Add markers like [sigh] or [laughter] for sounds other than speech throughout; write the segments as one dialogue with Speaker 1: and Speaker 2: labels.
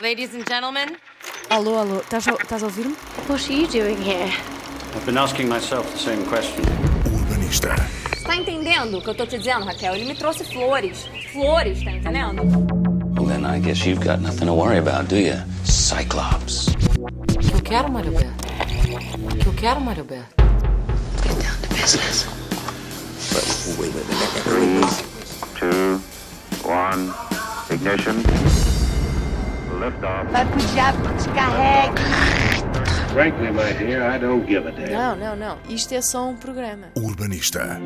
Speaker 1: Ladies and gentlemen,
Speaker 2: Alô, alô, estás a, estás a ouvir-me?
Speaker 3: What are you doing here?
Speaker 4: I've been asking myself the same question.
Speaker 5: Urbanista.
Speaker 6: Tá entendendo o que eu tô te dizendo, Raquel? Ele me trouxe flores. Flores, tá entendendo?
Speaker 7: Well, then I guess you've got nothing to worry about, do you? Cyclops.
Speaker 1: o que eu quero, Mário Beto? O que eu quero, Mário Beto?
Speaker 3: Get down to business.
Speaker 8: two, one, ignition. Liftoff.
Speaker 9: Vai pro diabo, descarrega.
Speaker 8: Frankly, my dear, I don't give a damn.
Speaker 2: Não, não, não. Isto é só um programa.
Speaker 5: Urbanista.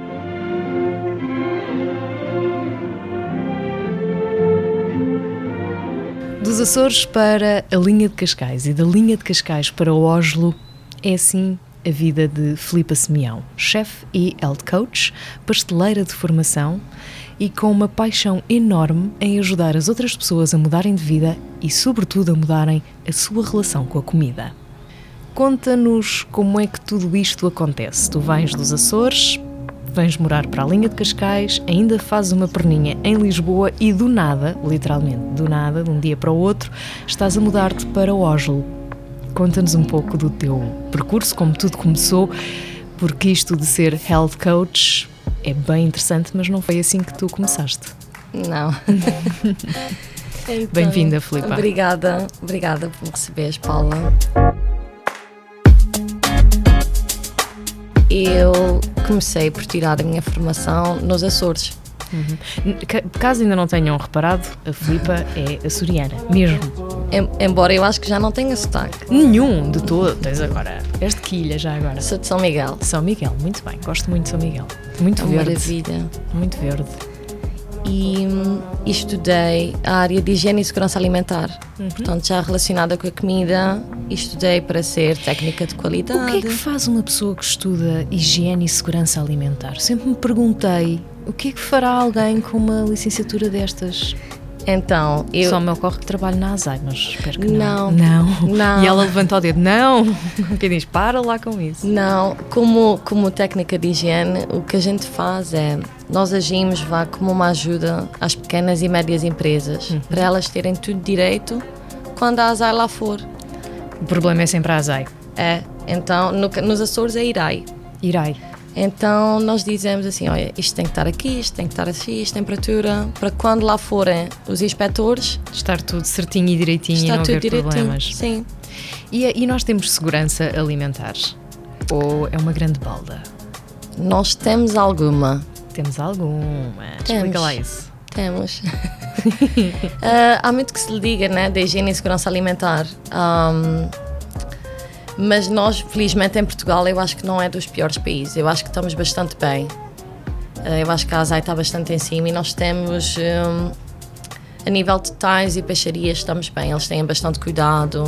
Speaker 10: Dos Açores para a linha de Cascais e da linha de Cascais para o Oslo, é assim a vida de Filipa Simeão, chefe e health coach, pasteleira de formação e com uma paixão enorme em ajudar as outras pessoas a mudarem de vida e, sobretudo, a mudarem a sua relação com a comida. Conta-nos como é que tudo isto acontece. Tu vens dos Açores, vens morar para a linha de Cascais, ainda fazes uma perninha em Lisboa e do nada, literalmente do nada, de um dia para o outro, estás a mudar-te para Oslo. Conta-nos um pouco do teu percurso, como tudo começou, porque isto de ser health coach é bem interessante, mas não foi assim que tu começaste.
Speaker 11: Não. Então,
Speaker 10: Bem-vinda, Filipa.
Speaker 11: Obrigada, obrigada por me receberes, Paula. Eu comecei por tirar a minha formação nos Açores.
Speaker 10: Ca- Caso ainda não tenham reparado, a Filipa é açoriana, mesmo.
Speaker 11: Em- embora eu acho que já não tenha sotaque.
Speaker 10: Nenhum de todo. Tens agora. És de que ilha já agora?
Speaker 11: Sou de São Miguel.
Speaker 10: São Miguel, muito bem. Gosto muito de São Miguel. Muito
Speaker 11: É uma
Speaker 10: verde.
Speaker 11: maravilha.
Speaker 10: Muito verde.
Speaker 11: E hum, estudei a área de higiene e segurança alimentar.
Speaker 10: Uhum.
Speaker 11: Portanto, já relacionada com a comida, estudei para ser técnica de qualidade.
Speaker 10: O que é que faz uma pessoa que estuda higiene e segurança alimentar? Sempre me perguntei o que é que fará alguém com uma licenciatura destas?
Speaker 11: Então, eu.
Speaker 10: Só me ocorre que trabalho na ASAI, mas espero que não.
Speaker 11: Não.
Speaker 10: Não.
Speaker 11: Não.
Speaker 10: E ela levantou o dedo: não! [laughs] Quem diz: para lá com isso.
Speaker 11: Não, como, como técnica de higiene, o que a gente faz é nós agimos vá como uma ajuda às pequenas e médias empresas
Speaker 10: Uhum.
Speaker 11: para elas terem tudo direito quando a azar lá for.
Speaker 10: O problema é sempre a ASAI.
Speaker 11: É, então no ca- nos Açores é Irai.
Speaker 10: Irei.
Speaker 11: Então nós dizemos assim, olha, isto tem que estar aqui, isto tem que estar assim, isto temperatura, para quando lá forem os inspectores,
Speaker 10: Estar tudo certinho e direitinho e
Speaker 11: está
Speaker 10: não
Speaker 11: tudo
Speaker 10: haver
Speaker 11: direitinho.
Speaker 10: problemas.
Speaker 11: Sim.
Speaker 10: E, e nós temos segurança alimentar? Ou é uma grande balda?
Speaker 11: Nós temos alguma,
Speaker 10: Temos alguma? Explica
Speaker 11: Temos.
Speaker 10: lá isso.
Speaker 11: Temos. [laughs] Ah, há muito que se lhe diga, né, da higiene e segurança alimentar. Ahm, mas nós, felizmente, em Portugal, eu acho que não é dos piores países. Eu acho que estamos bastante bem. Ah, eu acho que a ASAI está bastante em cima e nós temos, hum, a nível de tais e peixarias, estamos bem. Eles têm bastante cuidado.